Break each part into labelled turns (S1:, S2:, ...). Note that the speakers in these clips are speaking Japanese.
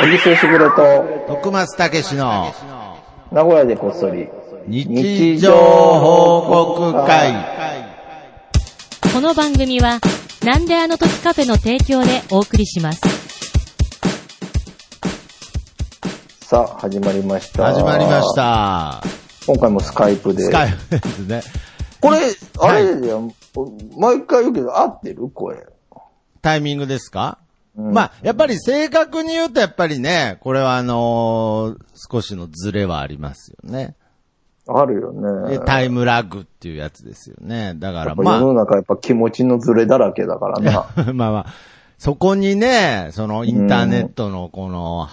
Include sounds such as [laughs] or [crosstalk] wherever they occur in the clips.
S1: 小木修志郎と、
S2: 徳松たけしの
S1: 名古屋でこっそり。
S2: 日常報告会。
S3: この番組は、なんであの時カフェの提供でお送りします。
S1: さあ、始まりました。
S2: 始まりまし。た。
S1: 今回もスカイプで。
S2: スカイプですね。
S1: これ、あ
S2: はい
S1: れだよ、毎回言うけど、合ってる声。
S2: タイミングですか、
S1: うん
S2: まあ、やっぱり正確に言うとやっぱりね、これはあのー少しのズレはありますよね。
S1: あるよね
S2: で、。タイムラグっていうやつですよね。だか
S1: や
S2: ら
S1: っぱ
S2: ま
S1: 世の
S2: あ、
S1: 中やっぱ気持ちのズレだらけだからな。
S2: [laughs] まあまあ、そこにね、そのインターネットのこの、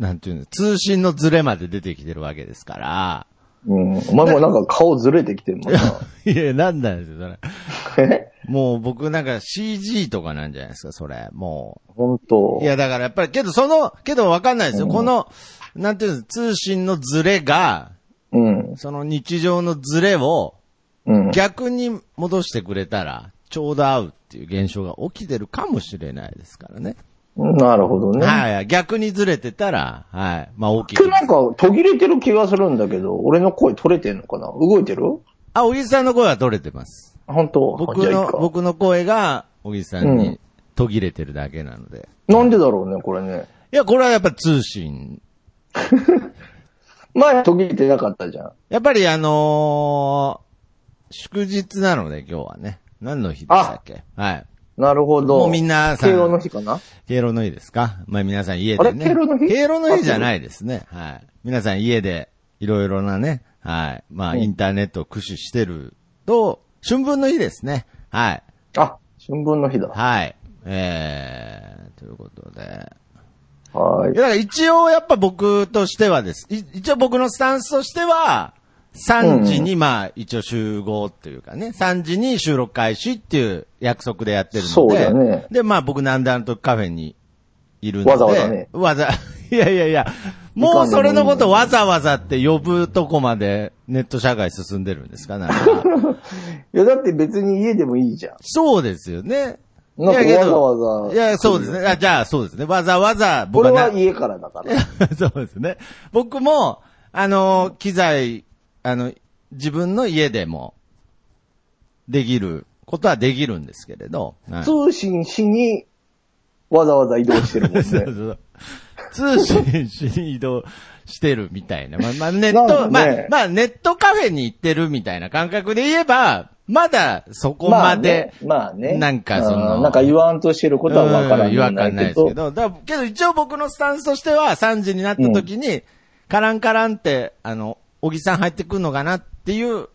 S2: なんていうの、通信のズレまで出てきてるわけですから。 [laughs]
S1: うん。お前もなんか顔ずれてきてるもんな。
S2: いや、なんなんですよ、それ。
S1: え
S2: もう僕なんか CG とかなんじゃないですか、それ。も
S1: 本当
S2: う。いや、だからやっぱり、けどその、けどわかんないですよ。この、なんていうんです通信のズレが、
S1: うん。
S2: その日常のズレを
S1: うん。
S2: 逆に戻してくれたら、ちょうど合うっていう現象が起きてるかもしれないですからね。
S1: なるほどね。
S2: はい。逆にずれてたら、はい。まあ大き
S1: 今
S2: く
S1: 日。なんか途切れてる気がするんだけど、俺の声取れてんのかな動いてる
S2: あ、小木さんの声は取れてます。
S1: 本当
S2: 僕
S1: じゃあいい
S2: の、
S1: か
S2: 僕の声が小木さん
S1: う
S2: に
S1: ん
S2: 途切れてるだけなので。
S1: なんでだろうね、これね。
S2: いや、これはやっぱ通信
S1: 前途切れてなかったじゃん。
S2: やっぱりあのー祝日なので今日はね。何の日でしたっけはい。
S1: なるほど。
S2: もうみんなさ
S1: 慶応の日かな
S2: 敬老の日ですかまあ皆さん家でね。
S1: あれ敬老の日
S2: 敬老の日じゃないですね。はい。皆さん家でいろいろなね、はい。まあ
S1: うん
S2: インターネットを駆使してると、春分の日ですね。はい。
S1: あ、春分の日だ。は
S2: はい。えー、ということで。い
S1: ーい。
S2: や、だから一応やっぱ僕としてはです。い一応僕のスタンスとしては、3時にまあ一応集合っていうかね、3時に収録開始っていう約束でやってるので。
S1: そうだね
S2: で、まあ僕なんであの時カフェにいるので。
S1: わざわざね
S2: わざ、 [laughs] いやいやいや、もうそれのことわざわざって呼ぶとこまでネット社会進んでるんですかな
S1: [laughs]
S2: んか。
S1: いや、だって別に家でもいいじゃん。
S2: そうですよね。
S1: なんか
S2: いやけど
S1: わざわざ
S2: いや、そうですね。あじゃあ、そうですね。わざわざ、
S1: これ
S2: な
S1: は家からだから。
S2: そうですね。僕も、あの、機材、あの、自分の家でも、できることはできるんですけれど。はい
S1: 通信しに、わざわざ移動してるもん
S2: [laughs] そうそ
S1: ね。
S2: うそう通信しに移動してるみたいな。まあ、まあ、ネッ
S1: な
S2: ト、
S1: んか
S2: まあ
S1: ね、
S2: まあ、ネットカフェに行ってるみたいな感覚で言えば、まだそこ
S1: ま
S2: ま
S1: あね
S2: で、、
S1: まあね。
S2: なんかその
S1: うんなんか言わんとしてることはわから
S2: うん違和感
S1: な
S2: ない
S1: け
S2: いです
S1: ど
S2: け。ど。だからけど一応僕のスタンスとしては3時になった時に、カランカランって、あの、小木さん入ってくるのかなっていう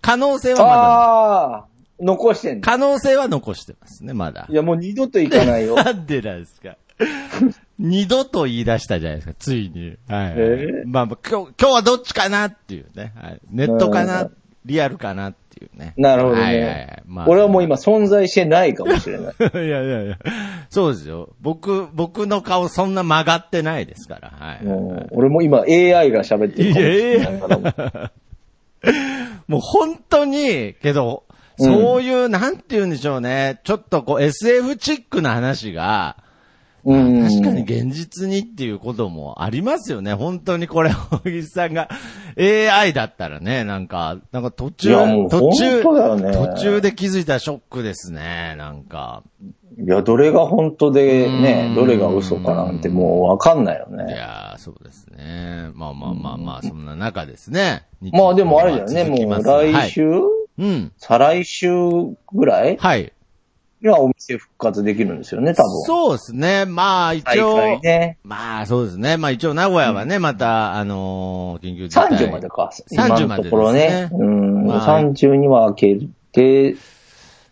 S2: 可能性はまだ、
S1: ああ、残してんだ。
S2: 可能性は残してますね、まだ
S1: い。や、もう二度と行かない
S2: [laughs]
S1: よ。
S2: なんでなんですか。二度と言い出したじゃないですか、ついに。はい。
S1: え
S2: まあまあ、今日、今日はどっちかなっていうね。はい。ネットか
S1: う、
S2: なんリアルかなっていうね。
S1: なるほどね。
S2: はいはいはい。まあ
S1: 俺はもう今存在してないかもしれない。
S2: [laughs] いやいやいや。そうですよ。僕、僕の顔そんな曲がってないですから。はい。
S1: うん俺も今 AI が喋ってるかもしれないから。
S2: もう本当に、け
S1: う
S2: ど、
S1: ん
S2: そういう、なんて言うんでしょうね。ちょっとこう SF チックな話が、
S1: うん。
S2: 確かに現実にっていうこともありますよね。本当にこれ、小木さんが AI だったらね、なんか、なんか途中
S1: いやも、う
S2: 途中、
S1: 本当だよね
S2: 途中で気づいたショックですね、なんか。
S1: いや、どれが本当で
S2: う
S1: ね
S2: ん、
S1: どれが嘘かなんてもうわかんないよ
S2: い
S1: ね。
S2: やー、そうですね。まあまあまあまあ、そんな中ですね。
S1: まあでもあれだよね、
S2: 続き
S1: も
S2: ま
S1: う
S2: すはい
S1: 来週、
S2: うん。
S1: 再来週ぐらい
S2: はい。
S1: にはお店復活できるんですよね、多分。
S2: そうですね。まあ一
S1: 大
S2: 応
S1: 会、ね。
S2: まあそうですね。まあ一応名古屋はね、また、あのー緊急事態。
S1: 30までか。今
S2: 30ま
S1: の
S2: で
S1: ところね
S2: で。すね
S1: うん。
S2: まあ
S1: 30には開けて、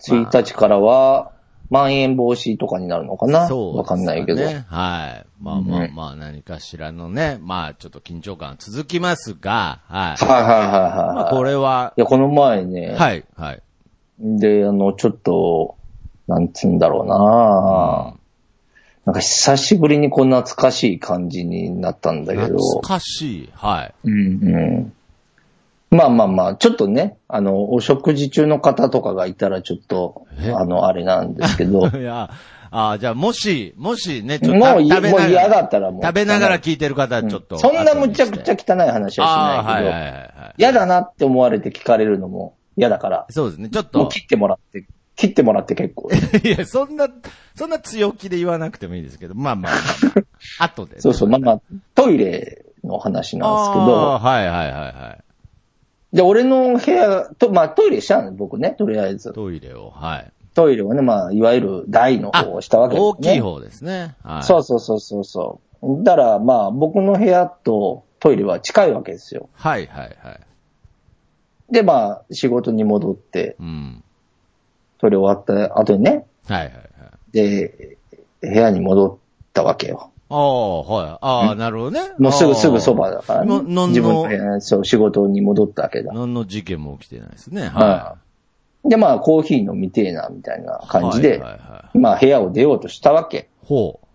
S1: 1日からは、まん延防止とかになるのかな
S2: そう、
S1: わかんないけど。
S2: ね。はい。まあまあまあ、何かしらのね、まあちょっと緊張感続きますが、はい。
S1: はいはいはいはい
S2: まあ。これは、
S1: いや、この前ね、
S2: はい、はい。
S1: で、あの、ちょっと、なんつうんだろうな、なんか久しぶりにこう懐かしい感じになったんだけど
S2: 懐、かしい。はい。
S1: うんうん、まあまあまあ、ちょっとね、あの、お食事中の方とかがいたらちょっと、
S2: え
S1: あの、あれなんですけ
S2: [laughs]
S1: ど、
S2: いや、あーじゃあ、もし、もしね、ちょっと
S1: もうい
S2: 食べな
S1: も
S2: が
S1: う
S2: ら
S1: 嫌だったらもう。
S2: 食べながら聞いてる方は
S1: うん
S2: ちょっと。
S1: そんなむちゃくちゃ汚い話はしな
S2: あーはいい
S1: け
S2: は
S1: ど
S2: い、はいはい。
S1: 嫌だなって思われて聞かれるのも嫌だから、
S2: そうですね、ちょっ
S1: もう
S2: と。 [laughs]
S1: 切ってもらって、切ってもらって結構。
S2: いや、そんな、そんな強気で言わなくてもいいですけど、まあまあまあ
S1: [laughs]
S2: まあ。後で。
S1: そうそう、まあまあ、トイレの話なんですけ
S2: あ
S1: ど、
S2: ーはいはいはいは
S1: じゃあ俺の部屋、とまあトイレしたんです、僕ね、とりあえず
S2: い。。トイレを、はい。
S1: トイレをね、まあ、いわゆる台の方をしたわけですね。
S2: 大きい方ですね。はい。
S1: そうそうそうそうそう。だから、まあ、僕の部屋とトイレは近いわけですよ。
S2: はいはいはい。
S1: で、まあ、仕事に戻って、
S2: うん。
S1: トイレ終わった後にね、
S2: はいはいはい。
S1: で、部屋に戻ったわけよ。
S2: ああ、はい。ああ、なるほどね。
S1: もうす
S2: あ
S1: ぐ、
S2: ー
S1: すぐそばだから、ね
S2: も、何
S1: 自分の
S2: の
S1: 部、屋、そう、仕事に戻ったわけだ。
S2: 何の事件も起きてないですね。
S1: は
S2: は。
S1: で、まあ、コーヒー飲みてえな、みたいない感じで、
S2: はいはいは
S1: まあ、部屋を出ようとしたわけ。
S2: い。ほう。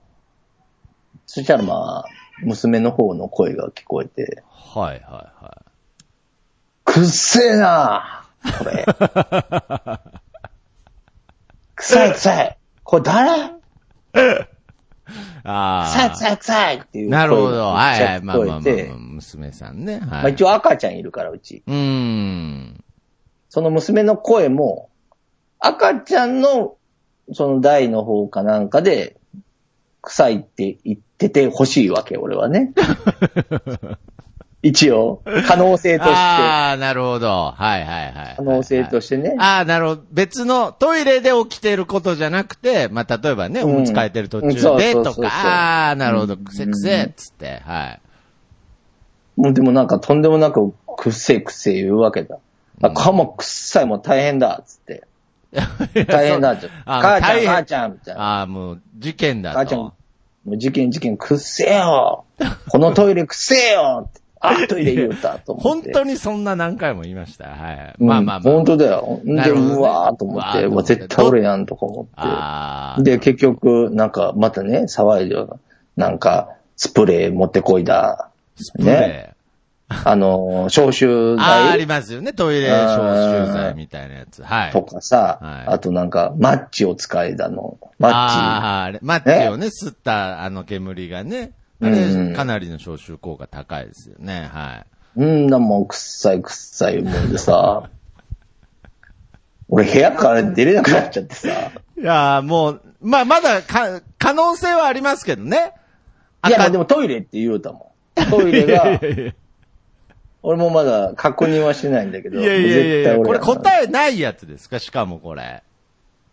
S1: そしたら、まあ、娘の方の声が聞こえて、
S2: はいはいは
S1: くっせえなこ [laughs] れ。臭い臭いこれ誰
S2: い。あ
S1: 臭い
S2: あ。
S1: 臭い臭いっていう声が
S2: なるほど。はいはい。
S1: め
S2: まあ
S1: っち
S2: ま
S1: ゃ聞
S2: あ
S1: こ
S2: まあ
S1: えて
S2: まあ、娘さんね。
S1: まあ
S2: は
S1: 一
S2: い。
S1: 応赤ちゃんいるから、うち。
S2: うーん。
S1: その娘の声も、赤ちゃんの、その台の方かなんかで、臭いって言ってて欲しいわけ、俺は [laughs] ね。一応、可能性として、可
S2: ああ、なるほど。はいはいはい。
S1: 能性と
S2: して。
S1: してね。
S2: ああ、なるほど。別の、トイレで起きてることじゃなくて、まあ、例えばね、
S1: うん
S2: おむつ替えてる途
S1: うんそう
S2: 中で
S1: そうそう
S2: と
S1: そう
S2: か、ああ、なるほど、
S1: うん
S2: くせくせ、っつって、はい。
S1: もうでもなんかとんでもなく、くっせえくっせえ言うわけだ。あ、かもくっさいもう大変だ、つって。大変だって。
S2: [laughs] あの
S1: 母ち
S2: 大
S1: ゃん、
S2: 変
S1: 母ちゃん、みたいな。
S2: ああ、もう、事件だと。
S1: 母ちゃん、もう事件事件くっせえよこのトイレくっせえよってあ、トイレ言うた、と思っ
S2: 本
S1: て。
S2: 当にそんな何回も言いました。はい。
S1: うん
S2: まあまあまあ。
S1: 本当だよ。で、
S2: なるほどね
S1: うわーと思って、
S2: うわーと
S1: う
S2: 思
S1: わ
S2: って
S1: 絶対俺やんとか思っ
S2: あ
S1: て。
S2: あ。
S1: で、結局、なんか、またね、騒いでよ、なんか、スプレー持ってこいだ。
S2: スプレー。
S1: ねあのー、消臭
S2: ああ、あり
S1: 剤
S2: ますよね。トイレ消臭剤みたいなやつ。はい。
S1: とかさ、
S2: はい
S1: あとなんか、マッチを使いだの。マッチ。
S2: あーあれマッチをね、吸ったあの煙がね、あ
S1: う
S2: れ
S1: ん
S2: かなりの消臭効果高いですよね。はい。
S1: うんなもん、くっさいくっさいもんでさ、 [laughs] 俺部屋から出れなくなっちゃってさ。
S2: いやーもう、まあ、まだ、か、可能性はありますけどね。
S1: いや、まあ
S2: で
S1: で
S2: も、
S1: もトイレって言うたもん。ト
S2: [laughs]
S1: イレが、俺もまだ確認はしてないんだけ
S2: い
S1: ど、
S2: やいやいやいや、これ
S1: え。
S2: 答えないやつですかしかもこれ。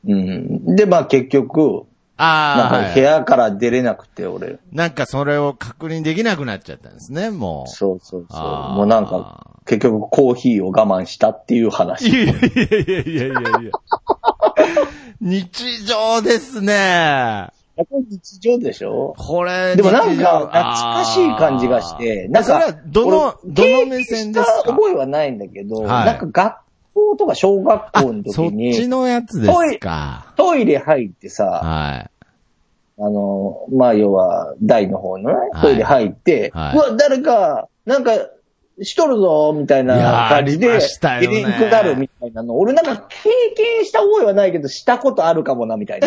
S1: うん。で、まあ結局、
S2: あ
S1: なんか
S2: あ、
S1: 部
S2: はい
S1: 屋から出れなくて、俺。
S2: なんかそれを確認できなくなっちゃったんですね、もう。
S1: そうそうそう。
S2: あー
S1: もうなんか、結局コーヒーを我慢したっていう
S2: い
S1: 話。
S2: やいやいやいやいやいや。日常ですね。
S1: これ日常でしょ
S2: これ、
S1: でもなんか
S2: 日常
S1: 懐かしい感じがして、
S2: あー
S1: なん
S2: それ
S1: か
S2: は、どの、
S1: 俺
S2: どの目線で
S1: 経験
S2: す
S1: した
S2: か
S1: 覚えはないんだけど、
S2: はい
S1: なんか学校とか小学校の
S2: そ
S1: 時
S2: っち
S1: に、
S2: のやつですか。
S1: トイレ入ってさ、
S2: は
S1: あの、まあ、要は、台の方のね、
S2: はい
S1: トイレ入って、
S2: はいう
S1: わ、誰か、なんか、しとるぞ、みたいない
S2: や
S1: 感
S2: ー
S1: じ
S2: あり
S1: で、
S2: ましたよね
S1: リンクだるみたいなの。俺なんか経験した覚えはないけど、したことあるかもな、み
S2: [laughs]
S1: たいな。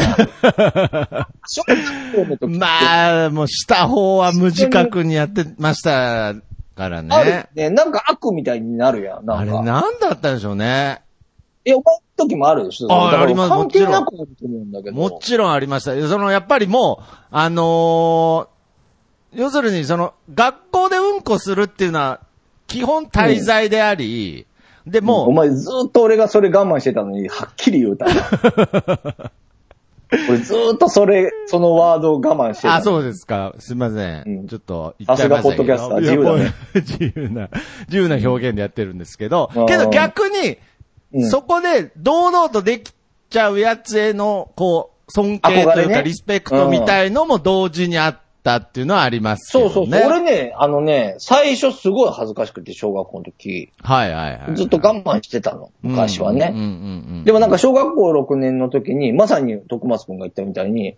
S1: 小学校の
S2: い。
S1: 時って
S2: まあ、もうした方は無自覚にやってましたから
S1: ある
S2: ね。
S1: ね。なんか悪みたいになるやん、な
S2: あ
S1: ん
S2: れ
S1: か。
S2: なんだったんでしょうね。
S1: え、お前の時もあるでしょ
S2: あ
S1: だから
S2: あります
S1: 関係
S2: もちろん
S1: なくあると思うんだけど。
S2: もちろんありました。その、やっぱりもう、あのー要するに、その、学校でうんこするっていうのは、基本滞在であり、で、もう
S1: お、前ずっと俺がそれ我慢してたのに、はっきり言う
S2: [laughs]
S1: たな。俺ずっとそれ、そのワードを我慢してた。
S2: あ、そうですか。すいません。
S1: うん
S2: ちょっと、言っちゃいましたけど。
S1: さすがポッドキャスター
S2: いや
S1: 自由だね
S2: もう自由な、自由な表現でやってるんですけど
S1: うん。
S2: けど逆に、
S1: うん
S2: そこで堂々とできちゃうやつへの、こう、尊敬と
S1: 憧
S2: い
S1: れ
S2: う
S1: ね
S2: か、リスペクトみたいのも同時にあったっていうのはありますけど
S1: そ
S2: ね。
S1: うそうそう。俺ね、あのね、最初すごい恥ずかしくて、小学校の時。
S2: はいはいはい。
S1: ずっと我慢してたの、昔は
S2: うんうん
S1: ね。
S2: うんうん。
S1: でもなんか小学校6年の時に、まさに徳松くんが言ったみたいに、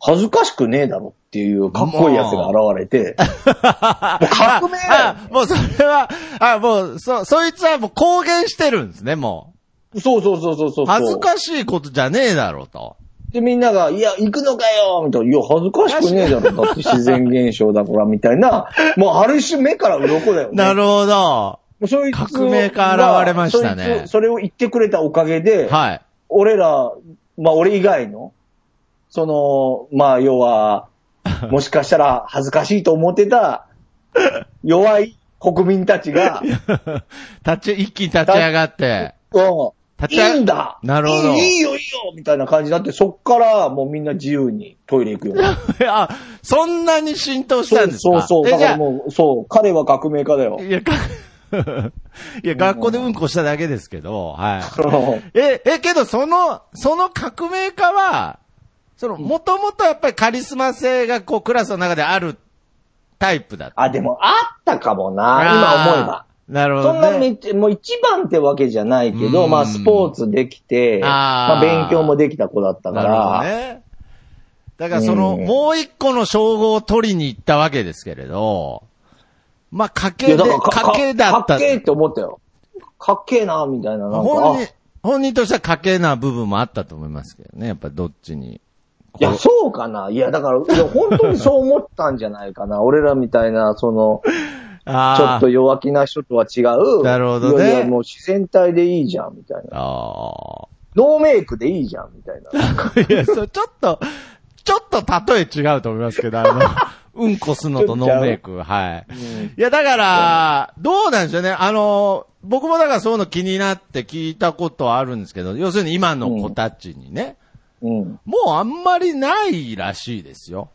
S1: 恥ずかしくねえだろってっていうかっこいいやつが現れ
S2: [laughs]
S1: て、もう革命だよ
S2: あ、あもうそれは、あ、もう、そ、そいつはもう公言してるんですね、も
S1: そうそうそうそうそう
S2: う。。恥ずかしいことじゃねえだろうと。
S1: で、みんなが、いや、行くのかよみたいな、いや、恥ずかしくねえだろ、だって自然現象だから、みたい
S2: [laughs]
S1: な、もうある種目から鱗だよね。
S2: なるほど。
S1: もうそいつが
S2: 革命家現れましたね
S1: そいつそれを言ってくれたおかげで、
S2: はい。
S1: 俺ら、まあ俺以外の、その、まあ要
S2: [laughs]
S1: は、もしかしたら恥ずかしいと思ってた、弱い国民たち
S2: [laughs]
S1: が、
S2: 立ち、一気に立ち上がって。
S1: うん、
S2: 立
S1: い
S2: ち上 [laughs]
S1: いんだ
S2: なるほど
S1: いいいいよいいよみたいな感じになって、そっからもうみんな自由にトイレ行くように
S2: [laughs]
S1: なった。
S2: あ、そんなに浸透したんです
S1: そう
S2: か
S1: そうそう。
S2: え
S1: だ
S2: じ
S1: か
S2: ゃ
S1: らもう、そう、彼は革命家だよ
S2: [laughs] あ、。いや、かいや、学校でうんこしただけですけど、はい。え、え、けどその、その革命家は、その、もともとやっぱりカリスマ性がこうクラスの中であるタイプだった。
S1: あ、でもあったかもな、今思えば。
S2: えば。なるほ
S1: そ
S2: ど、
S1: ん
S2: ね。
S1: なめっちゃ、もう一番ってわけじゃないけ
S2: う
S1: ど、
S2: ん
S1: まあスポーツできて、まあ
S2: あー
S1: 勉強もできた子だったか
S2: なるほど
S1: ら、
S2: ね。だからその、
S1: うん
S2: もう一個の称号を取りに行ったわけですけれど、まあ、賭
S1: い
S2: け
S1: や
S2: で、
S1: だからか
S2: 賭けだっ
S1: か
S2: た
S1: っ。けーって思ったよ。かっけーな、みたいな、なんか。
S2: 本
S1: あ
S2: 人、本人としては賭けな部分もあったと思いますけどね、やっぱどっちに。
S1: いや、そうかな。いや、だから、いや、本当にそう思ったんじゃないかな。俺らみたいな、その、ちょ
S2: あ
S1: っ
S2: ー
S1: と弱気な人とは違う。
S2: なるほどね
S1: いやいや、もう自然体でいいじゃん、みたいな。
S2: あ
S1: ノーメイクでいいじゃん、みたいな。
S2: [laughs] ー。いや、そう、ちょっと、ちょっと例え違うと思いますけ
S1: [laughs]
S2: ど、あの、うんこすのとノーメイク、はい。いや、だから、どうなんでしょうね。あの、僕もだからそういうの気になって聞いたことはあるんですけど、要するに今の子たちにね、
S1: うん。
S2: もうあんまりないらしいですよ。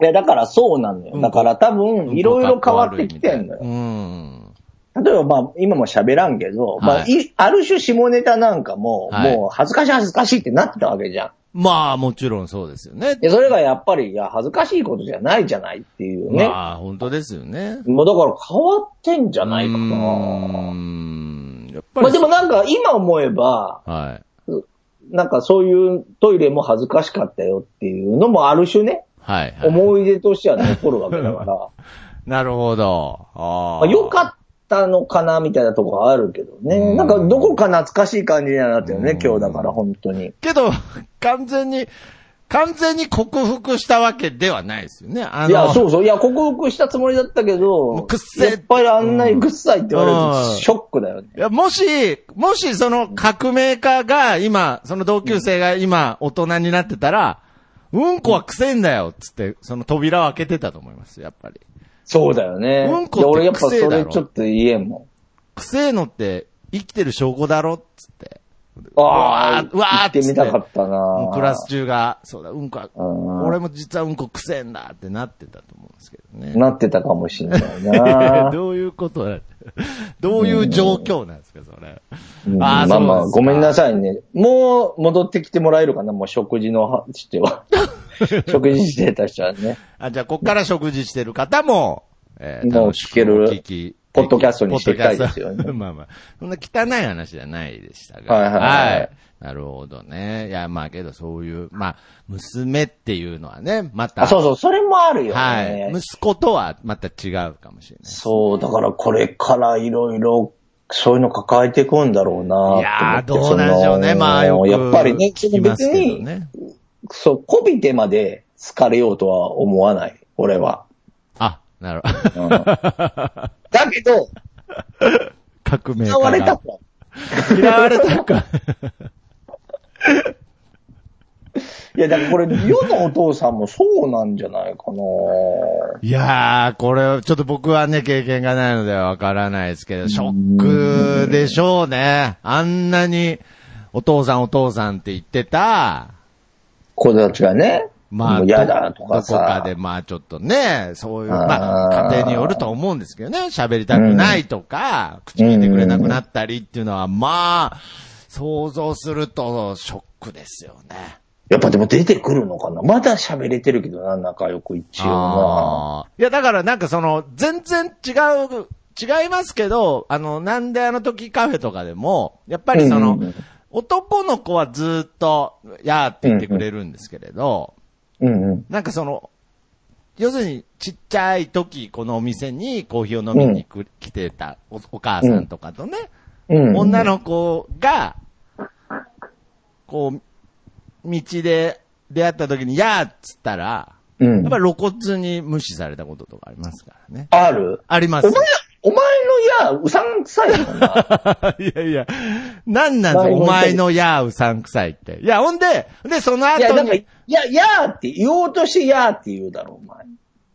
S1: いや、だからそうなんだ
S2: う
S1: よ。
S2: ん
S1: だから多分、いろいろ変わってきてん
S2: の
S1: だよ
S2: う。ん。
S1: 例えば、まあ、今も喋らんけど、
S2: はい
S1: まあ、い、ある種下ネタなんかも、
S2: はい
S1: もう恥ずかしい恥ずかしいってなってたわけじゃん。
S2: まあ、もちろんそうですよね。
S1: で、それがやっぱり、いや、恥ずかしいことじゃないじゃないっていうね。
S2: まあ、本当ですよね。
S1: もうだから変わってんじゃないかな。
S2: うーんやっぱり。
S1: まあでもなんか今思えば、
S2: はい。
S1: なんかそういうトイレも恥ずかしかったよっていうのもある種ね、
S2: はい、はい。
S1: 思い出としては残るわけだ
S2: [laughs]
S1: から、
S2: なるほど。あ
S1: まあ、よか
S2: っ
S1: ったのかなみたいなとこはあるけどね。
S2: うん
S1: なんかどこか懐かしい感じにはなったよね、今日だから本当に。
S2: けど、完全に、完全に克服したわけではないですよね。あの、
S1: いや、そうそう。いや、克服したつもりだったけど
S2: う、くっせえ
S1: やっぱりあんなにくっさいって言われる
S2: う
S1: と
S2: ん
S1: ショックだよね。
S2: いやもし、もしその革命家が今、その同級生が今大人になってたら、うんこはくせえんだよっつって、その扉を開けてたと思います、やっぱり。
S1: そうだよね。
S2: うんこ
S1: いや
S2: って
S1: 俺やっぱそ
S2: くせえだ
S1: れ
S2: ろ
S1: ちょっと言えんも
S2: くせえのって生きてる証拠だろっつって。
S1: ん。
S2: わ
S1: あ
S2: ーうわー
S1: 行ってみたかった
S2: も
S1: な
S2: うクラス中が、そうだ、うんこは、
S1: うん
S2: 俺も実はうんこくせえんだってなってたと思うんですけどね。
S1: なってたかもしれないな
S2: [laughs] どういうことだどういう状況なんですか、それ。
S1: うん
S2: あー
S1: まあま
S2: そう
S1: あ、
S2: ですか
S1: ごめんなさいね。もう戻ってきてもらえるかなもう食事のして
S2: [laughs]
S1: は。食事してた人はね。
S2: あ、じゃあ、こっから食事してる方も、え
S1: もう聞ける
S2: 楽しくお聞き
S1: ポッドキャストにしていきたいですよね
S2: ポッドキャスト [laughs] まあまあ、そんな汚い話じゃないでしたが。
S1: はいはいはい
S2: なるほどね。いや、まあけど、そういう、まあ、娘っていうのはね、また、
S1: あ、そうそう、それもあるよね。
S2: はい。息子とはまた違うかもしれない。
S1: そう、だからこれからいろいろ、そういうの抱えていくんだろうなと思って
S2: いやー、どうなんでしょうね。
S1: その
S2: まあ、よく。
S1: やっぱりね、別
S2: 聞きますけど
S1: に、
S2: ね。
S1: そう、こびてまで好かれようとは思わない。俺は。
S2: あ、なるほど。 [laughs]
S1: うんだけど、
S2: 革命家
S1: 嫌
S2: が
S1: われたくは
S2: 嫌われたか。
S1: いや、だからこれ、世のお父さんもそうなんじゃないかな。
S2: いやー、これ、ちょっと僕はね、経験がないのでわからないですけど、ショックでしょうね。あんなに、お父さんお父さんって言ってた、
S1: 子たちがね、
S2: まあ、
S1: もう嫌だとか
S2: どこか
S1: さ、
S2: で、まあちょっとね、そういう、
S1: あー
S2: まあ、家庭によると思うんですけどね、喋りたくないとか、口聞いてくれなくなったりっていうのは、まあ、想像すると、ショックですよね。
S1: やっぱでも出てくるのかな。まだ喋れてるけどな、仲良く一応な。
S2: あーいや、だからなんかその、全然違う、違いますけど、あの、なんであの時カフェとかでも、やっぱりその、
S1: うんうんうん
S2: 男の子はずっと、やーって言ってくれるんですけれど、
S1: うんうん。
S2: なんかその、要するに、ちっちゃい時、このお店にコーヒーを飲みにく、来てたおお母さんとかとね、
S1: うん。
S2: 女の子が、こう、道で出会った時に、やーっつったら、
S1: うん
S2: やっぱ露骨に無視されたこととかありますからね。
S1: ある
S2: ありま
S1: お
S2: す。 [laughs]
S1: 前、お前のや、うさんくさいよな。
S2: いやいや、なんなん
S1: な
S2: で
S1: る
S2: お
S1: ほど
S2: 前のやーうさんくさいって。いや、ほんで、で、その
S1: いや、
S2: 後
S1: なんか、い
S2: に、
S1: や、やーって言おうとしてやーって言うだろ、お前。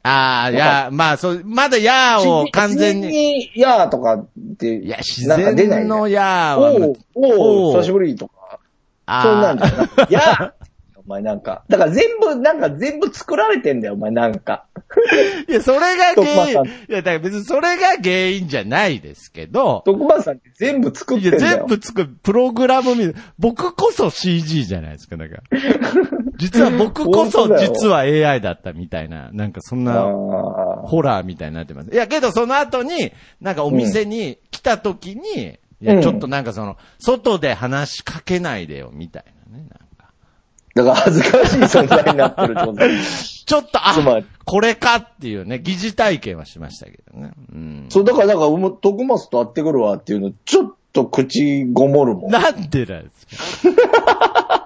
S2: ああ、いや、まあ、そう、まだやーを完全
S1: 自
S2: に、
S1: 然にやーとかって、
S2: いや、自
S1: なんか出ない
S2: 然
S1: ね
S2: のやーは、
S1: おう、おう、久しぶりとか。
S2: あー
S1: そんなんじゃなくて、やーってお前なんか。だから全部、なんか全部作られてんだよ、お前なんか。
S2: [laughs] いや、それが
S1: 徳間
S2: 原
S1: さ
S2: 因
S1: ん。
S2: いや、だから別にそれが原因じゃないですけど、
S1: 徳松さんって全部作っ
S2: い
S1: てん
S2: や、
S1: だ
S2: 全
S1: よ。
S2: 部作る、プログラムみたい。僕こそ CG じゃないですか、なんか。実は僕こそ
S1: 本当だよ
S2: 実は AI だったみたいな、なんかそんな、
S1: あ
S2: ホラーみたいになってます。いや、けどその後に、なんかお店に来た時に、
S1: ん
S2: いや、
S1: うん
S2: ちょっとなんかその、外で話しかけないでよ、みたいなね、なんか。
S1: ーだから恥ずかしい存在になってるってこ
S2: [laughs]
S1: とだよ
S2: ちょっと、
S1: つま
S2: あ
S1: り、
S2: これかっていうね、疑似体験はしましたけどね。うん。
S1: そう、だから、だからお前、徳松と会ってくるわっていうの、ちょっと口ごもるもん。
S2: なんでなんですか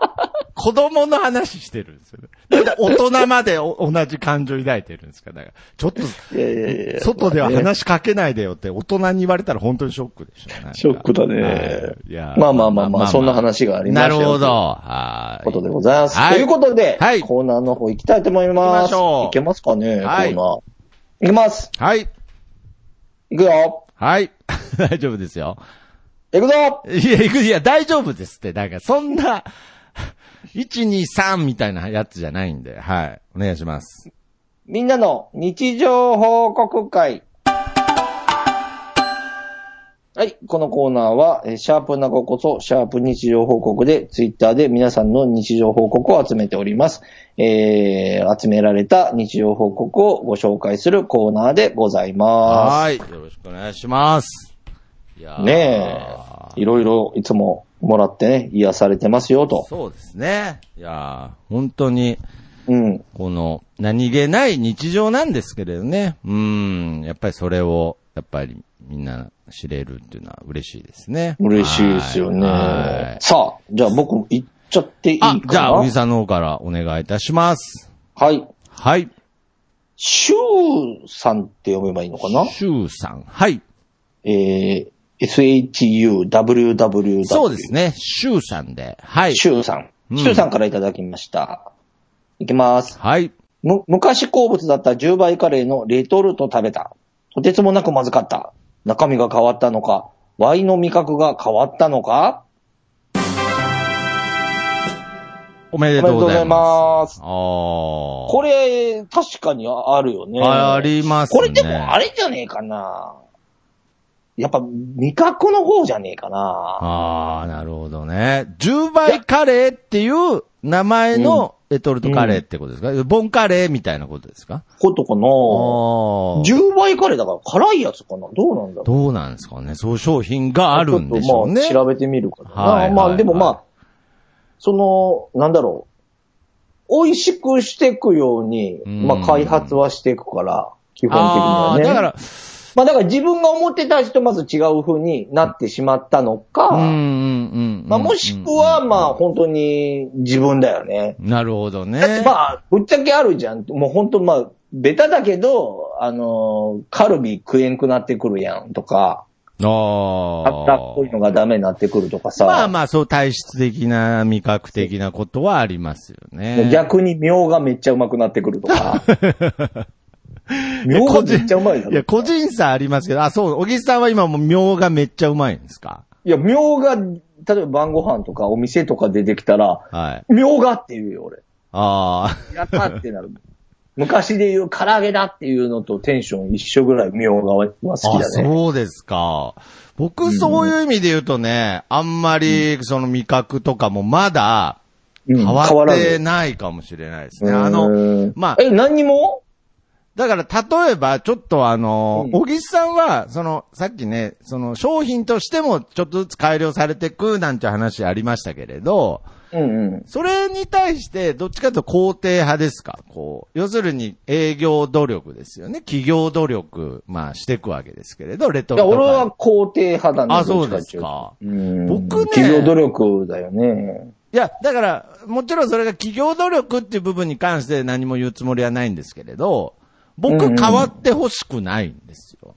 S2: [laughs] 子供の話してるんですよね。なんで大人までお同じ感情抱いてるんですかだから、ちょっと、
S1: いやいやいや
S2: 外では
S1: まあね
S2: 話しかけないでよって大人に言われたら本当にショックでしょうね。
S1: ショックだね
S2: はいいや
S1: まあまあまあまあそんな話がありましたよ
S2: なるほど。は
S1: という
S2: い
S1: ことでございます。
S2: はい
S1: ということで、
S2: はい
S1: コーナーの方行きたいと思います。
S2: 行きましょう
S1: いけますかね、
S2: はい
S1: コーナー。行きます。
S2: はい。
S1: 行くよ。
S2: はい。 [laughs] 大丈夫ですよ。
S1: 行くぞ
S2: いや、いくいや、大丈夫ですって。なんか、そんな、1、2、3みたいなやつじゃないんで。はい。お願いします。
S1: みんなの日常報告会。はい。このコーナーは、えーシャープなここそ、シャープ日常報告で、ツイッターで皆さんの日常報告を集めております。えー、集められた日常報告をご紹介するコーナーでございま
S2: はい。よろしくお願いします。いや
S1: す。ねえ。いろいろいつももらってね、癒されてますよと。
S2: そうですね。いやー本当に、
S1: うん。
S2: この、何気ない日常なんですけれどね。うん。やっぱりそれを、やっぱりみんな知れるっていうのは嬉しいですね。
S1: 嬉しいですよ
S2: はいは
S1: ね
S2: い。
S1: さあ、じゃあ僕も行っちゃっていいか
S2: あ
S1: な、
S2: じゃあ、おじさんの方からお願いいたします。
S1: はい。
S2: はい。
S1: シュウさんって読めばいいのかな
S2: シュウさん。はい。
S1: えー、shuww.
S2: そうですね。シュウさんで。はい。
S1: シュウさん。
S2: うん
S1: シュウさんからいただきました。いきます。
S2: はい。
S1: む、昔好物だった10倍カレーのレトルト食べた。とてつもなくまずかった。中身が変わったのか、ワインの味覚が変わったのか
S2: おめでとうございます。あ
S1: お
S2: あー。
S1: これ、確かにあるよね。
S2: あありますね
S1: これでもあれじゃねえかな。やっぱ味覚の方じゃねえかな。
S2: ああ、なるほどね。10倍カレーっていう名前のレトルトカレーってことですか、ボンカレーみたいなことですか
S1: ことかな
S2: ああ。
S1: 10倍カレーだから辛いやつかなどうなんだろう
S2: どうなんですかねそういう商品があるんでし
S1: ち
S2: ょ
S1: ょ
S2: う
S1: っ
S2: ね。
S1: とまあ調べてみるかな。
S2: はい
S1: ま
S2: はい
S1: あでもま
S2: は
S1: あ、その、なんだろう。美味しくしていくように、
S2: うん
S1: まあ開発はしていくから、基本的に
S2: あ
S1: は
S2: あ、
S1: ね。
S2: だから、
S1: まあだから自分が思ってた味とまず違う風になってしまったのか、
S2: うんうんうんうん。
S1: まあもしくはまあ本当に自分だよね。
S2: なるほど
S1: だって
S2: ね。
S1: まあ、ぶっちゃけあるじゃん。もう本当まあ、ベタだけど、あのーカルビ食えんくなってくるやんとか。
S2: あ
S1: あったっぽいのがダメになってくるとかさ。
S2: まあまあ、そう体質的な、味覚的なことはありますよね。
S1: 逆に苗がめっちゃうまくなってくると
S2: [laughs]
S1: か。苗がめっちゃうまいよ。
S2: いや、個人差ありますけど、あ、そう、小木さんは今もう、苗がめっちゃうまいんですか
S1: いや、苗が、例えば晩ご飯とかお店とか出てきたら、
S2: はい。
S1: 苗がって言うよ、俺。
S2: あ
S1: やったって
S2: [laughs]
S1: なる。昔で言う唐揚げだっていうのとテンション一緒ぐらい苗がは好
S2: あ、
S1: き
S2: あ、
S1: だね。
S2: そうですか。僕、そういう意味で言うとね、あんまり、その味覚とかもまだ、
S1: うん
S2: 変
S1: 変
S2: わ
S1: わ
S2: っ
S1: ら
S2: て
S1: ず。
S2: ないかもしれないですね。あの
S1: うん、
S2: まあ、
S1: え、何にも
S2: だから、例えば、ちょっとあの、
S1: うん
S2: 小木さんは、その、さっきね、その、商品としても、ちょっとずつ改良されていく、なんて話ありましたけれど、
S1: うんうん。
S2: それに対して、どっちかというと肯定派ですかこう、要するに営業努力ですよね。企業努力、まあしていくわけですけれど、レト
S1: い
S2: ル
S1: や、
S2: ト
S1: 俺
S2: カレー
S1: は肯定派だね。
S2: あ
S1: どっちってい
S2: そう
S1: とうん。
S2: 僕ね
S1: 企業努力だよね。
S2: いや、だから、もちろんそれが企業努力っていう部分に関して何も言うつもりはないんですけれど、僕
S1: うんうん
S2: 変わってほしくないんですよ。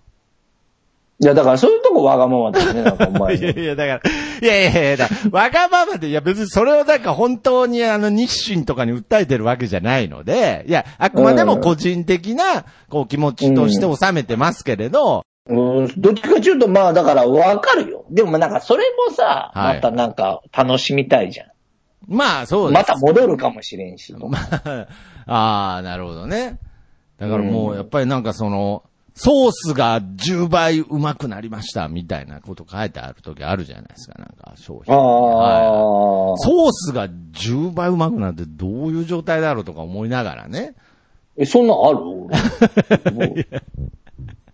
S1: いや、だからそういうとこわがままだよね、なんかお前 [laughs]
S2: いや
S1: の。
S2: いや、だから、いやいやいやだから、わがままで、いや別にそれをなんか本当にあの日清とかに訴えてるわけじゃないので、いや、あくまでも個人的な、こう気持ちとして収めてますけれど、
S1: うん、どっちかというと、まあだからわかるよ。でもなんかそれもさ、
S2: はい
S1: またなんか楽しみたいじゃん。
S2: まあそうです。
S1: また戻るかもしれんし。
S2: まあ、 [laughs] ああ、なるほどね。だからもう、やっぱりなんかその、ソースが10倍うまくなりました、みたいなこと書いてある時あるじゃないですか、なんか商
S1: あ
S2: 品。はい
S1: あ、
S2: ソースが10倍うまくなってどういう状態だろうとか思いながらね。
S1: え、そんなんある俺 [laughs] もう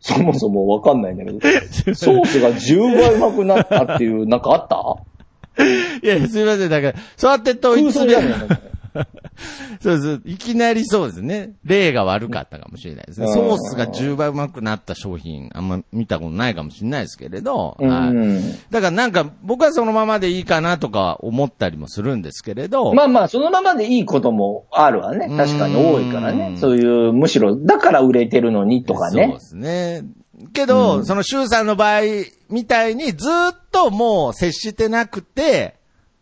S1: そもそもわかんないんだ [laughs] けど。ソースが10倍うまくなったっていう、なんかあった
S2: いやいや、すいません。だから、そうやって問い
S1: 風
S2: 詰
S1: 水じ
S2: め
S1: ゃねえの
S2: そうです。いきなりそうですね。例が悪かったかもしれないですね。
S1: うん
S2: ソースが10倍うまくなった商品、あんま見たことないかもしれないですけれど。
S1: う
S2: はい
S1: ん。
S2: だからなんか、僕はそのままでいいかなとか思ったりもするんですけれど、
S1: まあまあ、そのままでいいこともあるわね。確かに多いから
S2: うん
S1: ね。そういう、むしろ、だから売れてるのにとか
S2: そう
S1: ね
S2: で。すね。けど、その周さんの場合みたいにずっともう接してなくて、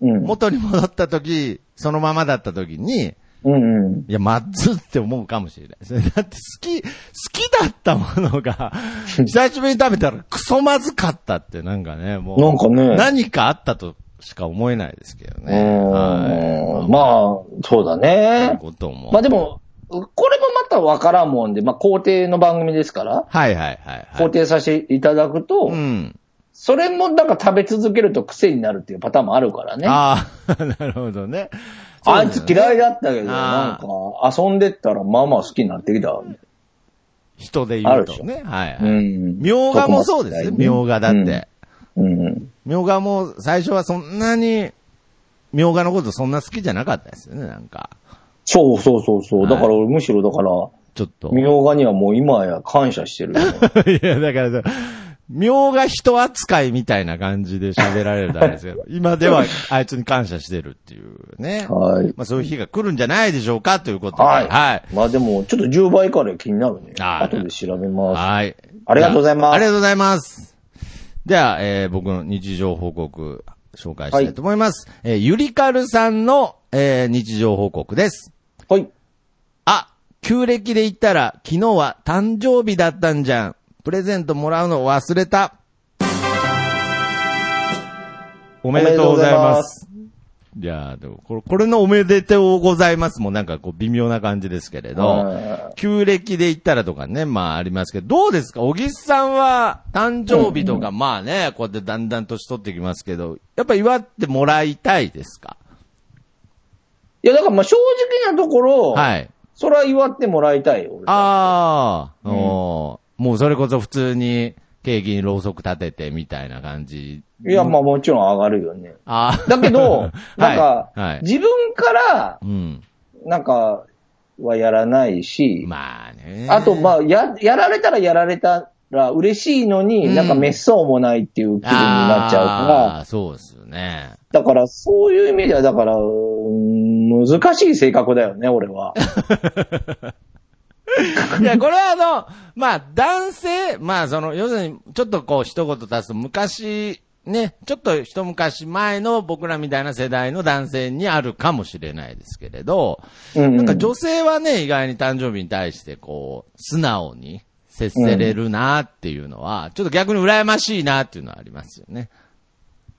S1: うん。
S2: 元に戻った時、そのままだった時に、
S1: うんうん。
S2: いや、まずって思うかもしれないですね。だって好き、好きだったも
S1: [laughs]
S2: のが、久しぶりに食べたらクソまずかったってなんかね、もう。
S1: なんかね
S2: 何かあったとしか思えないですけど
S1: う
S2: ね。は
S1: ん
S2: い。
S1: まあ、そうだ
S2: そういう
S1: ね。
S2: ことも。
S1: まあでも、これもまたわからんもんで、まあ皇帝の番組ですから、
S2: はいはいはい、はい。
S1: 肯定させていただくと、
S2: うん。
S1: それもなんか食べ続けると癖になるっていうパターンもあるからね。あ
S2: ああ、 [laughs] なるほどね。
S1: いつ嫌いだったけど、なん
S2: あ
S1: か遊んでったらまあまあ好きになってきた。
S2: 人で言うとね。はい、はい。
S1: うん。
S2: みょうがもそうですね。みょうがだって。
S1: うん。
S2: みょうがも最初はそんなに、みょうがのことそんな好きじゃなかったですよね、なんか。
S1: そうそうそうそう。
S2: はい
S1: だから俺むしろだから、
S2: ちょっと。
S1: みょうがにはもう今や感謝してるよね。
S2: [laughs] いや、だからさ、妙が人扱いみたいな感じで喋られるだけで
S1: [laughs]
S2: すけど、今ではあいつに感謝してるっていうね。
S1: はい。
S2: まあそういう日が来るんじゃないでしょうかということで。
S1: はい
S2: [laughs] はい。
S1: まあでも、ちょっと10倍カレー気になるね。
S2: はい
S1: 後で調べます。
S2: はい。
S1: ありがとうございます
S2: じゃあありがとうございます。では、えー僕の日常報告、紹介したいと思います。えーゆりかるさんの、えー日常報告です。
S1: はい。
S2: あ、旧暦で言ったら、昨日は誕生日だったんじゃん。プレゼントもらうの忘れた。おめでとうございます。いやーでもこれ、これのおめでとうございますもなんかこう微妙な感じですけれ
S1: は
S2: ど、旧暦で言ったらとかね、まあありますけど、どうですか小木さんは誕生日とか、まあね、こうやってだんだん年取ってきますけど、やっぱ祝ってもらいたいですか
S1: いや、だからまあ正直なところ、
S2: はい。
S1: それは祝ってもらいたいよ。俺
S2: ああ、おーもうそれこそ普通にケーキにろうそく立ててみたいな感じ。
S1: いや、まあもちろん上がるよね。
S2: ああ。
S1: だけ
S2: は
S1: ど
S2: い、
S1: なんか
S2: はい、
S1: 自分から、
S2: [laughs] うん。
S1: なんか、はやらないし、
S2: まあね。
S1: あと、まあ、や、やられたらやられたら嬉しいの
S2: う
S1: に、
S2: ん
S1: なんか滅相もないっていう気分になっちゃう
S2: あ
S1: か
S2: ーそうですよね。
S1: ら、だからそういう意味では、だから、うーん難しい性格だよね、俺
S2: [laughs]
S1: は。
S2: いや、これはあの、まあ、男性、まあ、その、要するに、ちょっとこう、一言足すと、昔、ね、ちょっと一昔前の僕らみたいな世代の男性にあるかもしれないですけれど、
S1: うん。
S2: なんか女性はね、意外に誕生日に対してこう、素直に接せれるなっていうのは、ちょっと逆に羨ましいなっていうのはありますよね。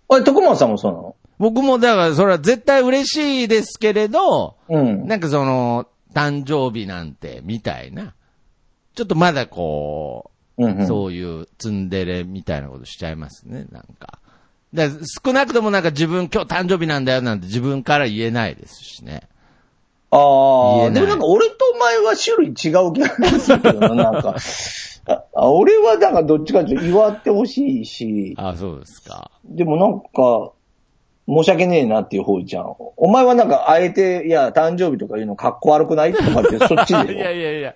S1: あれ、徳松さんもそうなの
S2: 僕もだからそれは絶対嬉しいですけれど、
S1: うん。
S2: なんかその、誕生日なんてみたいな、ちょっとまだこ
S1: うんう
S2: う、
S1: ん、
S2: そういうツンデレみたいなことしちゃいますね、なんか。だから少なくともなんか自分今日誕生日なんだよなんて自分から言えないですしね。言
S1: あ
S2: え
S1: あ、
S2: な
S1: で
S2: い
S1: もなんか俺とお前は種類違う気がするけどな、なんか。ああ俺はなんかどっちかというと祝ってほしいし、
S2: あ、そうですか。
S1: でもなんか、申し訳ねえなっていう方じゃん。お前はなんか、あえて、いや、誕生日とか言うの格好悪くないとか
S2: [laughs]
S1: って、そっち
S2: い
S1: で
S2: や
S1: よ。
S2: いやいや。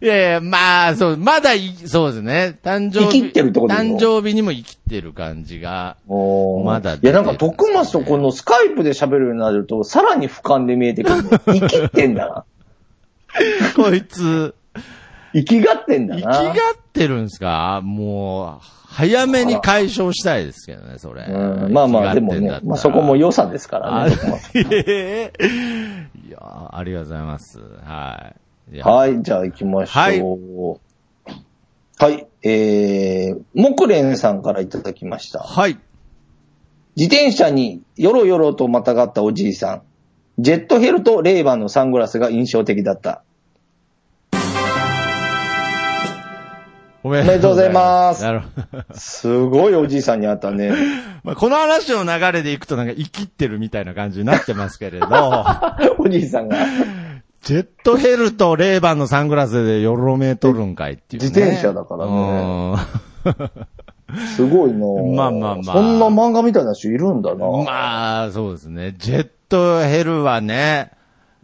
S2: いやいや、まあ、そう、まだい、そうですね。誕生日。
S1: 生きてるってことでしょ
S2: 誕生日にも生きてる感じが。
S1: [laughs] おー
S2: まだ
S1: いや、なんか、徳松とこのスカイプで喋るようになると、さらに俯瞰で見えてくるの。生きてんだ
S2: [laughs]
S1: な。
S2: こいつ、
S1: 生きがってんだ
S2: 生き
S1: な。
S2: がってるんですかもう、早めに解消したいですけどね、それ。
S1: うん、まあまあ、でも
S2: 生
S1: ね
S2: きがってんだった、ら
S1: まあそこも良さですから
S2: あ
S1: ね、徳松
S2: ええ [laughs] いやー、ありがとうございます。はい。いや
S1: はい、じゃあ行きましょう。はい。えー、木蓮さんからいただきました。
S2: はい。
S1: 自転車によろよろとまたがったおじいさん。ジェットヘルとレイバンのサングラスが印象的だった。
S2: おめ
S1: おめでとうございます
S2: なるほど。 [laughs]
S1: すごいおじいさんに会ったね。 [laughs]
S2: まあ、この話の流れでいくとなんか生きってるみたいな感じになってますけれど。
S1: おじいさんが。
S2: ジェットヘルとレーバンのサングラスでよろめとるんかいっていう、ね。
S1: 自転車だからねすごいなぁ
S2: まあまあまあ
S1: そんな漫画みたいな人いるんだな
S2: うーんまあ、そうですね。ジェットヘルはね、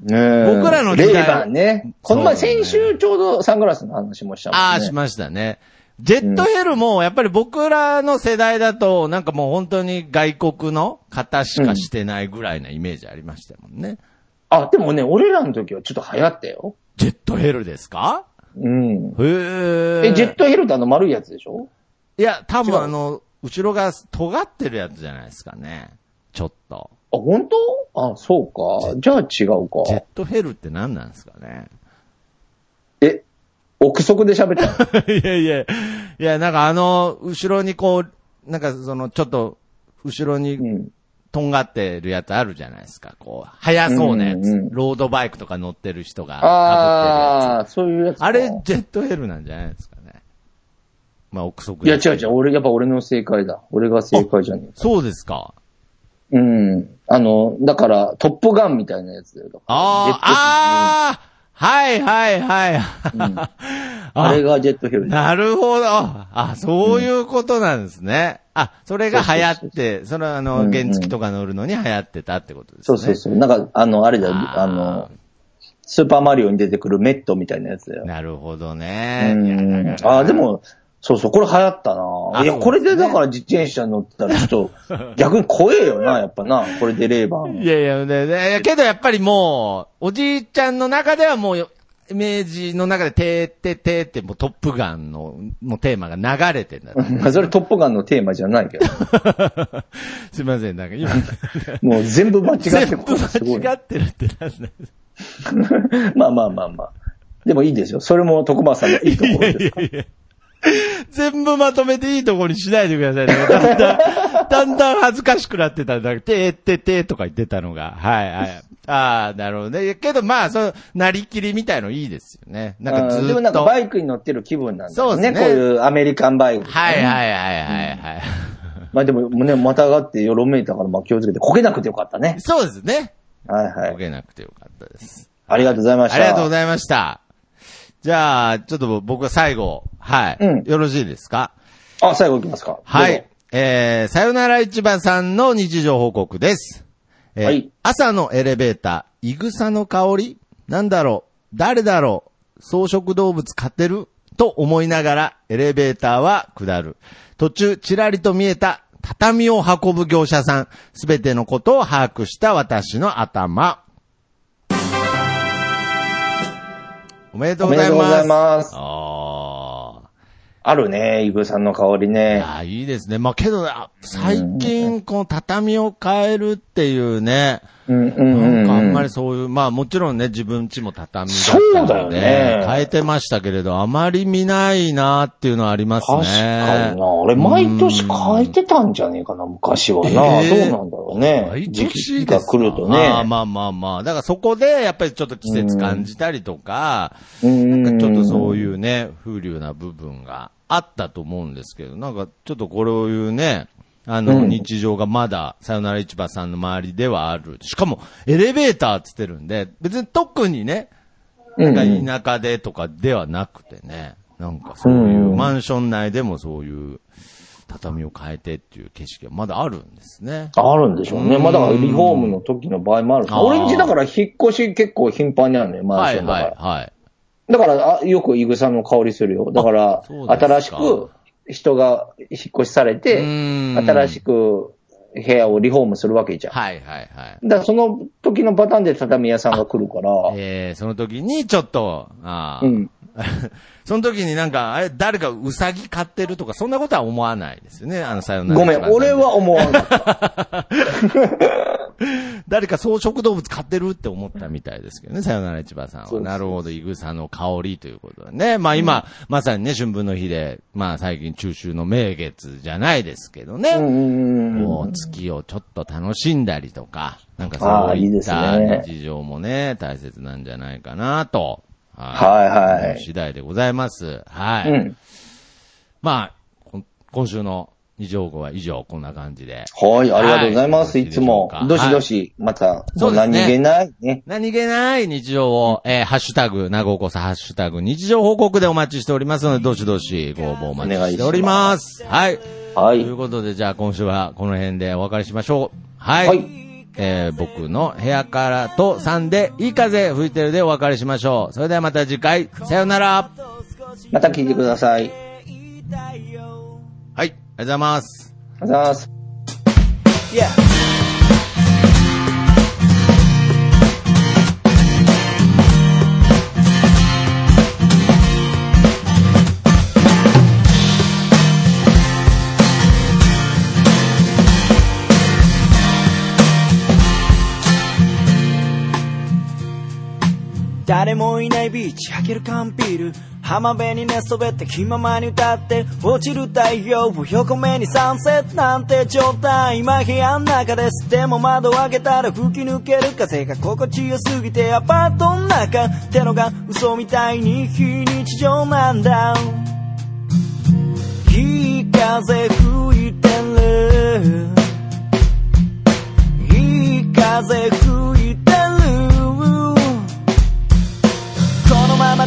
S1: ねえ
S2: 僕らの時
S1: レイ
S2: 代
S1: バンね。この前、
S2: そうだね
S1: 先週ちょうどサングラスの話もしたもんね。
S2: ああ、しましたね。ジェットヘルも、やっぱり僕らの世代だと、なんかもう本当に外国の方しかしてないぐらいなイメージありましたもんね。
S1: あ、でもね、俺らの時はちょっと流行ったよ。
S2: ジェットヘルですか
S1: うん。
S2: へえ。
S1: え、ジェットヘルってあの丸いやつでしょ
S2: いや、多
S1: 違
S2: 分
S1: う
S2: あの、後ろが尖ってるやつじゃないですかね。ちょっと。
S1: あ、本当あ、そうか。じゃあ違う
S2: ジェッ
S1: か。
S2: トヘルって何なんですかね。
S1: え、憶測で喋ったの
S2: [laughs] いやいや、いや、なんかあの、後ろにこう、なんかその、ちょっと、後ろ
S1: う
S2: に
S1: ん。
S2: とんがってるやつあるじゃないですか。こう、速そうなやつ。
S1: うんうんうん
S2: ロードバイクとか乗ってる人が被ってるや
S1: ああ、そういうやつ
S2: つ。
S1: か。
S2: あれ、ジェットヘルなんじゃないですかね。まあ、憶測
S1: いや
S2: です
S1: 違う違う。俺、やっぱ俺の正解だ。俺が正解じゃね
S2: そうですか。
S1: え。うん。あの、だから、トップガンみたいなやつだよ。だから
S2: ああ、ああはいはいはい。 [laughs]
S1: あれ
S2: あ
S1: がジェットヘルだ。
S2: なるほど。あ、そういうことなんですね。あ、それが流行って、それはあ
S1: うんう
S2: の、
S1: ん
S2: 原付とか乗るのに流行ってたってことです
S1: そ
S2: ね。
S1: うそうそう。なんか、あの、あれだよ。
S2: あー
S1: あの、スーパーマリオに出てくるメットみたいなやつだよ。
S2: なるほど
S1: う
S2: ね。いや
S1: ん。ああ、で、も、そうそう、これ流行ったな。いや、
S2: そうですね
S1: これでだから自転車乗ってたら、ちょっ
S2: [laughs]
S1: と、逆に怖えよな、やっぱな。これでレーバー
S2: いやいや、ででいやけどやっぱりもう、おじいちゃんの中ではもう、イメージの中で、てーてーてーって、もうトップガンの、もうテーマが流れて
S1: [laughs]
S2: んだね。
S1: まあ、それトップガンのテーマじゃないけど。
S2: すいません、なんか今、
S1: もう全部 [laughs] 間違って
S2: 全
S1: るこ
S2: 部
S1: とがすごい。
S2: [laughs] 間違ってるってなんですね。
S1: [laughs] まあまあまあまあ。でもいいですよ。それも徳間さんのいいところですから。
S2: [laughs] 全部まとめていいとこにしないでくださいね。だんだん、だんだん恥ずかしくなってたんだ。てーてーてーとか言ってたのが。はいはい。ああ、なるほどね。けどまあ、その、なりきりみたいのいいですよね。なんかず
S1: うん
S2: ーっと。
S1: でもなんかバイクに乗ってる気分なんだ
S2: そ
S1: よ
S2: うです
S1: ね。
S2: ね
S1: こういうアメリカンバイク。
S2: はいはいはいはいはい。
S1: まあでもね、またがってよろめいたからまあ気をつけて、こけなくてよかったね。
S2: そうですね。
S1: はいは
S2: ボ
S1: い。
S2: ケなくてよかったです。
S1: ありがとうございました。
S2: ありがとうご
S1: い
S2: ざいました。じゃあ、ちょっと僕は最後、はい。
S1: うん
S2: よろしいですか
S1: ます。あ、最後いきますか。
S2: は
S1: どう
S2: い
S1: ぞ。。
S2: えー、さよなら市場さんの日常報告です。えー
S1: はい
S2: 朝のエレベーター、イグサの香りなんだろう誰だろう草食動物飼ってると思いながらエレベーターは下る。途中、ちらりと見えた畳を運ぶ業者さん。すべてのことを把握した私の頭。おめでとうござい
S1: おめでとう
S2: ます。
S1: ございます
S2: あー。
S1: あるね、イグさんの香り
S2: い
S1: ね。
S2: や、いいですね。まあ、けど、あ最近、この畳を変えるっていうね、
S1: うんう
S2: なん
S1: うんん。
S2: かあんまりそういう、まあ、もちろんね、自分家も畳だ
S1: そう
S2: っ
S1: だ
S2: たの
S1: よ
S2: で、
S1: ね
S2: 変えてましたけれど、あまり見ないなっていうのはありますね。
S1: 確かにな。俺、毎年変えてたんじゃねえかな、昔はな。
S2: ええ
S1: どうなんだろうね。
S2: 毎
S1: 時
S2: 年
S1: 期が来るとね。
S2: まあまあまあまあ。だからそこで、やっぱりちょっと季節感じたりとか、
S1: な。
S2: なんかちょっとそういううね、風流な部分があったと思うんですけど、なんかちょっとこれを言うね、あの、
S1: うん
S2: 日常がまだ、さよなら市場さんの周りではある。しかも、エレベーターって言ってるんで、別に特にね、
S1: うんうん
S2: なんか田舎でとかではなくてね、なんかそういう、
S1: うん
S2: マンション内でもそういう、畳を変えてっていう景色がまだあるんですね。
S1: あるんでしょうね。まあだからリフォームの時の場合もあるし
S2: あー
S1: 俺んちだから引っ越し結構頻繁にあるのよ、マン
S2: は
S1: シ
S2: い
S1: ョンだか
S2: は
S1: ら。
S2: いはい。
S1: だから、あよくイグサの香りするよ。だから
S2: あそう、ですか
S1: 新しく人が引っ越しされ
S2: う
S1: て、
S2: ーん
S1: 新し。く部屋をリフォームするわけじゃん。
S2: はいはいはい。
S1: だからその時のパターンで畳屋さんが来るから、
S2: えー、その時にちょっと、あー
S1: うん。
S2: [laughs] その時になんか、あれ、誰かウサギ飼ってるとか、そんなことは思わないですよね、あの、さよなら
S1: ごめ
S2: プラ
S1: ん、
S2: ザで
S1: 俺。は思わ
S2: [laughs]
S1: ない。
S2: 誰か草食動物飼ってるって思ったみたいですけどね、さよなら市場さん
S1: そうそ
S2: は。
S1: う
S2: なるほど、イグサの香りということでね。まあ今、まさにね、春分の日で、まあ最近中秋の名月じゃないですけどね。
S1: うんうんうん
S2: こう、月をちょっと楽しんだりとか、なんか
S1: あ
S2: そ
S1: あ
S2: う
S1: いい
S2: い
S1: で
S2: っ
S1: す
S2: た
S1: ね
S2: 日常もね、大切なんじゃないかなと。
S1: はいはい
S2: 思う次第でございます。はい。
S1: うん。
S2: まあ、こん今週の二条語は以上、こんな感じで。
S1: はい、ありがとうございます。
S2: はい
S1: いつも
S2: よ、ろ
S1: ど
S2: しいでしょ
S1: し
S2: うか
S1: どし、また、
S2: そうですね
S1: 何気ないね。
S2: 何気ない日常を、えーハッシュタグ、なごこさ、ハッシュタグ、日常報告でお待ちしておりますので、どしどしご応募お待ちしております。はい。
S1: は
S2: と
S1: い
S2: い。うことで、じゃあ今週はこの辺でお別れしましょう。はい。
S1: はい
S2: えー僕の部屋からと3でいい風吹いてるでお別れしましょう。それではまた次回、さようなら。
S1: また聞いてください。
S2: はい、ありがとうございます。
S1: ありがとうございます。
S4: 誰もいないビーチ開ける缶ビール浜辺に寝そべって気ままに歌って落ちる太陽を横目にサンセットなんて状態今部屋の中ですでも窓を開けたら吹き抜ける風が心地よすぎてアパートの中ってのが嘘みたいに非日常なんだいい風吹いてるいい風吹いてるこのまま